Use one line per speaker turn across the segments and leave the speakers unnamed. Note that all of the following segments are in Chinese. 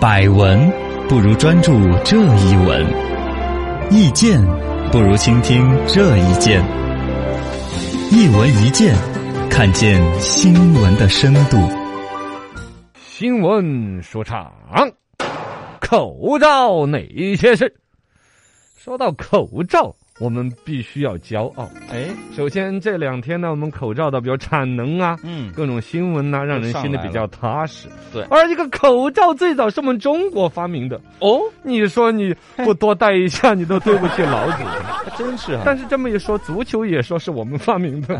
百闻不如专注这一闻，意见不如倾听这一见。一闻一见，看见新闻的深度。
新闻说唱，口罩哪些事？说到口罩，我们必须要骄傲。
哎，
首先这两天呢，我们口罩的比如产能啊，
嗯，
各种新闻呐、让人心里比较踏实。
对
而这个口罩最早是我们中国发明的，
哦，
你说你不多戴一下，你都对不起老 祖。
还真是啊，
但是这么一说，足球也说是我们发明 的，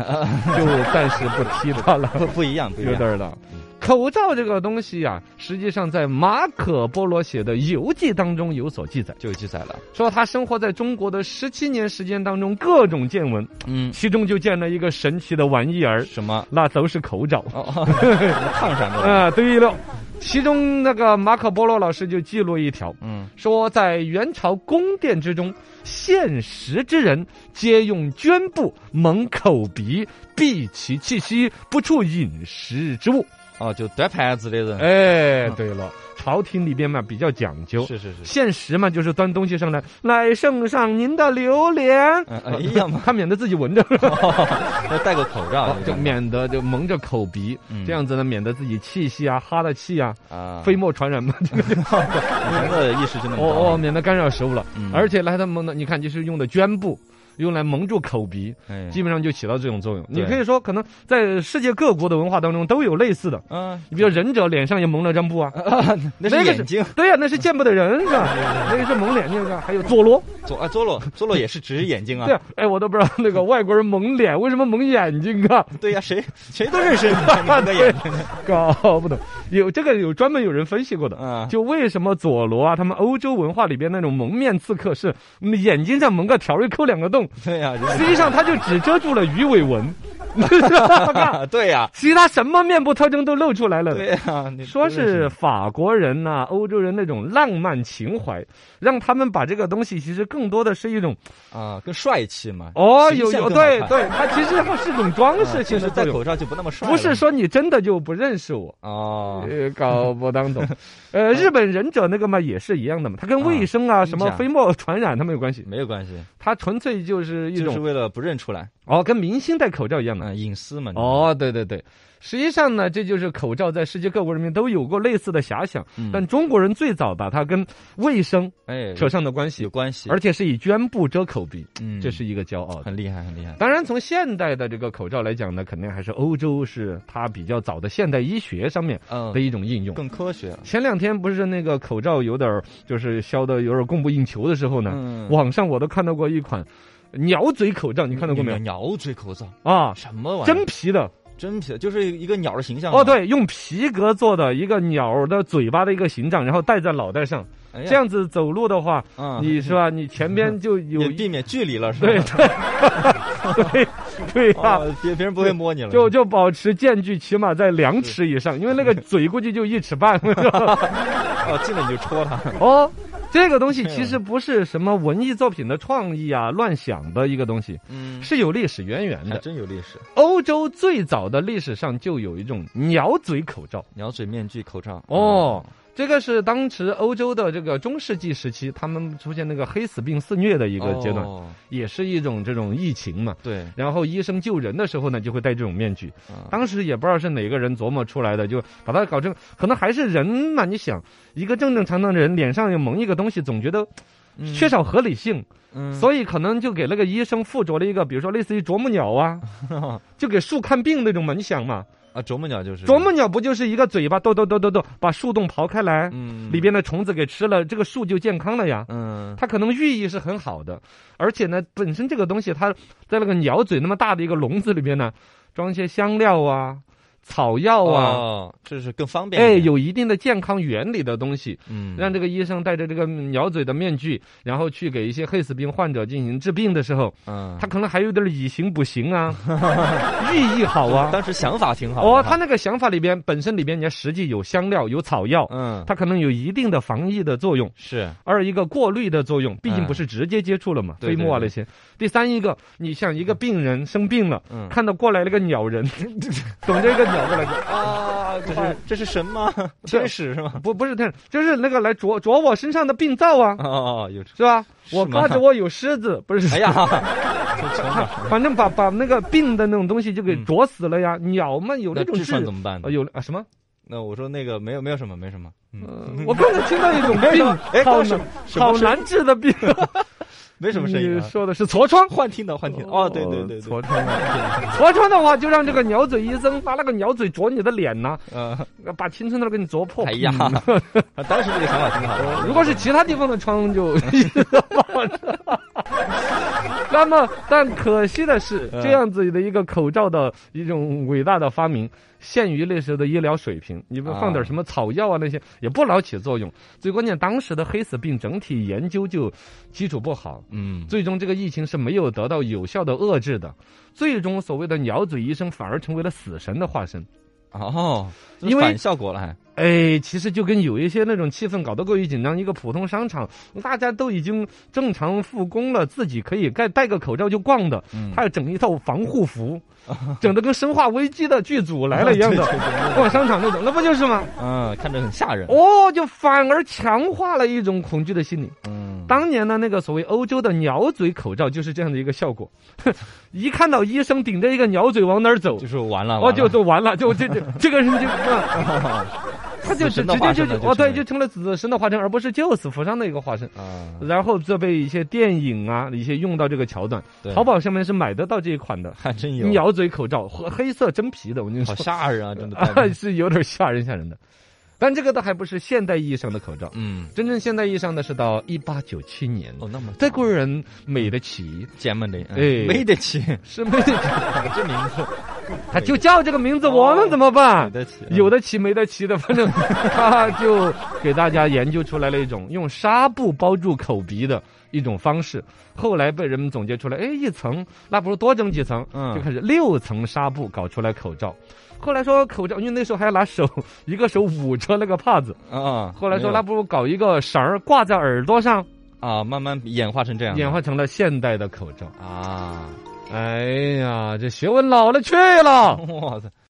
就暂时不提它了。
不不一样，不一
有
样。
点儿了。口罩这个东西啊，实际上在马可·波罗写的游记当中有所记载，
就有记载了，
说他生活在中国的十七年时间当中，各种见闻，
嗯，
其中就见了一个神奇的玩意儿，
什么？
那都是口罩。
哦，烫伤的，
啊，对了，其中那个马可·波罗老师就记录一条，
嗯，
说在元朝宫殿之中，现实之人皆用绢布蒙口鼻，闭其气息，不触饮食之物。
哦，就端盘子的人，
哎，对了，朝廷里边嘛比较讲究，
嗯是是是，
现实嘛就是端东西上来，来圣上您的榴莲，呃
嗯哎呀 妈，哦
他免得自己闻着，
要戴个口罩
就免得就蒙着口鼻，
嗯
这样子呢免得自己气息啊、哈的气啊、
啊，
飞沫传染嘛，这个
人的意识就那么
哦哦，
高。
免得干扰食物了
嗯。
而且呢，他蒙的，你看就是用的绢布。用来蒙住口鼻，
哎
基本上就起到这种作用。你
对
可以说，可能在世界各国的文化当中都有类似的。
嗯，
你比如忍者脸上也蒙了张布啊，
那是眼睛，
对呀、那是见不得人是 吧？那个是蒙脸那个，还有佐罗，
左啊，佐罗，佐罗也是指眼睛啊
对、。呀，哎，我都不知道那个外国人蒙脸为什么蒙眼睛啊，
对呀，谁谁都认识你的眼睛。
搞不懂。有这个有专门有人分析过的，
嗯，
就为什么佐罗啊，他们欧洲文化里边那种蒙面刺客是嗯眼睛上蒙个条儿，抠两个 洞，
对呀，人
实际上他就只遮住了鱼尾 纹， 哈
啊，对呀，
其他什么面部特征都露出来了。
对呀，你
说
都认识
是法国人呐、欧洲人那种浪漫情怀，让他们把这个东西其实更多的是一种
啊，更帅气嘛。
哦，
形
有
象
有
更好
对
看
对，它其实它是种装
啊
饰
就
性
是
的
戴
作
口
用，
罩就不那么帅了。
不是说你真的就不认识我。
哦，
呃， 搞不当懂，呃，日本忍者那个嘛也是一样的嘛，它跟卫生啊、什么
讲
飞沫传染它没有关系，
没有关系，
它纯粹就是一
就是
种
为了不认出来，
哦，跟明星戴口罩一样的。
嗯，隐私嘛。你，
哦，对对对，实际上呢，这就是口罩在世界各国人民都有过类似的遐想，
嗯
但中国人最早把它跟卫生
哎，
扯上的关系
有，关系，
而且是以绢布遮口鼻，
嗯，
这是一个骄傲的。
很厉害，很厉害。
当然，从现代的这个口罩来讲呢，肯定还是欧洲是它比较早的现代医学上面
嗯
的，一种应用。
更科学。
前两天不是那个口罩有点儿就是销的有点儿供不应求的时候呢，
嗯，
网上我都看到过一款鸟嘴口罩，你看到过没有？
鸟嘴口罩，
啊，
什么玩意
真
儿？
皮的
真皮，就是一个鸟的形象。
哦，，对，用皮革做的一个鸟儿的嘴巴的一个形状，然后戴在脑袋上，
哎呀
这，样子走路的话，
嗯，
你是吧？你前边就有
也 避免距离了，是吧？
对对对呀。
哦，别别人不会摸你了。
啊就就保持间距，起码在两尺以上，因为那个嘴估计就一尺 半。
哦，进来你就戳 他。
哦，这个东西其实不是什么文艺作品的创意啊、乱想的一个东西，
嗯，哎
是有历史渊源
还
的。
真有历史。
欧洲最早的历史上就有一种鸟嘴口罩。
鸟嘴面具口罩。嗯
哦，这个是当时欧洲的这个中世纪时期，他们出现那个黑死病肆虐的一
嗯，一
个阶段，也是一种这种疫情嘛。
对，
然后医生救人的时候呢，就会戴这种面具。
啊
当时也不知道是哪个人琢磨出来的，就把它搞成，可能还是人嘛。你想，一个正正常常的人脸上又蒙一个东西，总觉得
嗯
缺少合理性，
嗯
所以可能就给那个医生附着了一个，比如说类似于啄木鸟 啊，就给树看病那种嘛。你想嘛，
啊，啄木鸟就是
啄木，鸟不就是一个嘴巴抖抖抖抖抖，把树洞刨开来，
嗯，
里边的虫子给吃了，这个树就健康了呀。
嗯，
它可能寓意是很好的，而且呢，本身这个东西它在那个鸟嘴那么大的一个笼子里边呢，装一些香料啊、草药啊，
哦，这是更方便。
哎，，有一定的健康原理的东西，
嗯，
让这个医生戴着这个鸟嘴的面具，然后去给一些黑死病患者进行治病的时候，
嗯，
他可能还有点以形补形 啊，寓意好啊。
当时想法挺好的。
哦，
哈
他那个想法里边本身里边，人家实际有香料、有草药，
嗯，
它可能有一定的防疫的作用。
是
二一个过滤的作用，毕竟
嗯
不是直接接触了嘛，
对
飞
对
沫啊
对
那些。第三一个，你像一个病人生病了，
嗯
看到过来了个鸟人，懂这个鸟过来个，
啊，
啊，
这是这是神吗？天使是吗？
不不是天，就是那个来啄啄我身上的病灶啊，
哦，有这，
是吧？我
是吗
挂着我有虱子，不是？
哎呀，
它，反正把把那个病的那种东西就给
嗯
啄死了呀。鸟嘛，有
那
种
痔
治
疮怎么办呢
啊？有啊什么？
那我说那个没有没有什么没什么，嗯，
呃 我刚才听到一种病
哎，
好
刚什
难
么什么
好
声音
难治的病。
没 什么声音
你
啊，
说的是痤疮。
幻听的幻听的哦，对对对对，
痤疮，痤疮的话，就 让这个鸟嘴医生把那个鸟嘴啄你的脸呐、
嗯，
把青春痘给你啄破。
哎呀，啊当时这个想法挺好的，
嗯 如果是其他地方的疮 就， 那么但可惜的是，
嗯
这样子的一个口罩的一种伟大的发明，限于那时候的医疗水平，你们
啊
放点什么草药啊那些也不老起作用。最关键，当时的黑死病整体研究就基础不好，
嗯，
最终这个疫情是没有得到有效的遏制的。最终，所谓的鸟嘴医生反而成为了死神的化身。
哦，这
因为
反效果了还，
哎，其实就跟有一些那种气氛搞得过于紧张，一个普通商场，大家都已经正常复工了，自己可以盖戴个口罩就逛的，
嗯
他要整一套防护服，整的跟《生化危机》的剧组来了一样的，逛商场那种，那不就是吗？
嗯，看着很吓人，
哦，就反而强化了一种恐惧的心理。
嗯，
当年呢，那个所谓欧洲的鸟嘴口罩就是这样的一个效果， 一看到医生顶着一个鸟嘴往哪儿走，
就是完了，
哦，
完
就
了
就完了，就这这这个人就。啊 他就
死
是
神的
直
化
接就
身了
就哦，
就成
对，
为
就成了死神的化身，而不是救死扶伤的一个化身。
啊，
然后这被一些电影啊，一些用到这个桥段，
对
淘宝上面是买得到这一款的
还真有，
鸟嘴口罩，和黑色真皮的，我跟你
好
说，
吓人啊，真
啊
的，
是有点吓人吓人的。但这个都还不是现代意义上的口罩，
嗯，
真正现代意义上的是到一八九七年，
哦，那么
德国人美得起，
见门的，
哎
嗯没得起，
是美得起，
这名字
他就叫这个名字，
哦
我们怎么办
没？得起，
有
的
的骑没得骑的，反正他就给大家研究出来了一种用纱布包住口鼻的一种方式。后来被人们总结出来，哎，一层那不如多整几层，
嗯
就开始六层纱布搞出来口罩。后来说口罩，因为那时候还要拿手一个手捂着那个帕子，
啊，
后来说
没有
那不如搞一个绳儿挂在耳朵上，
啊，慢慢演化成这样的，
演化成了现代的口罩。
啊，
哎呀，这学问老了去了。
哇塞。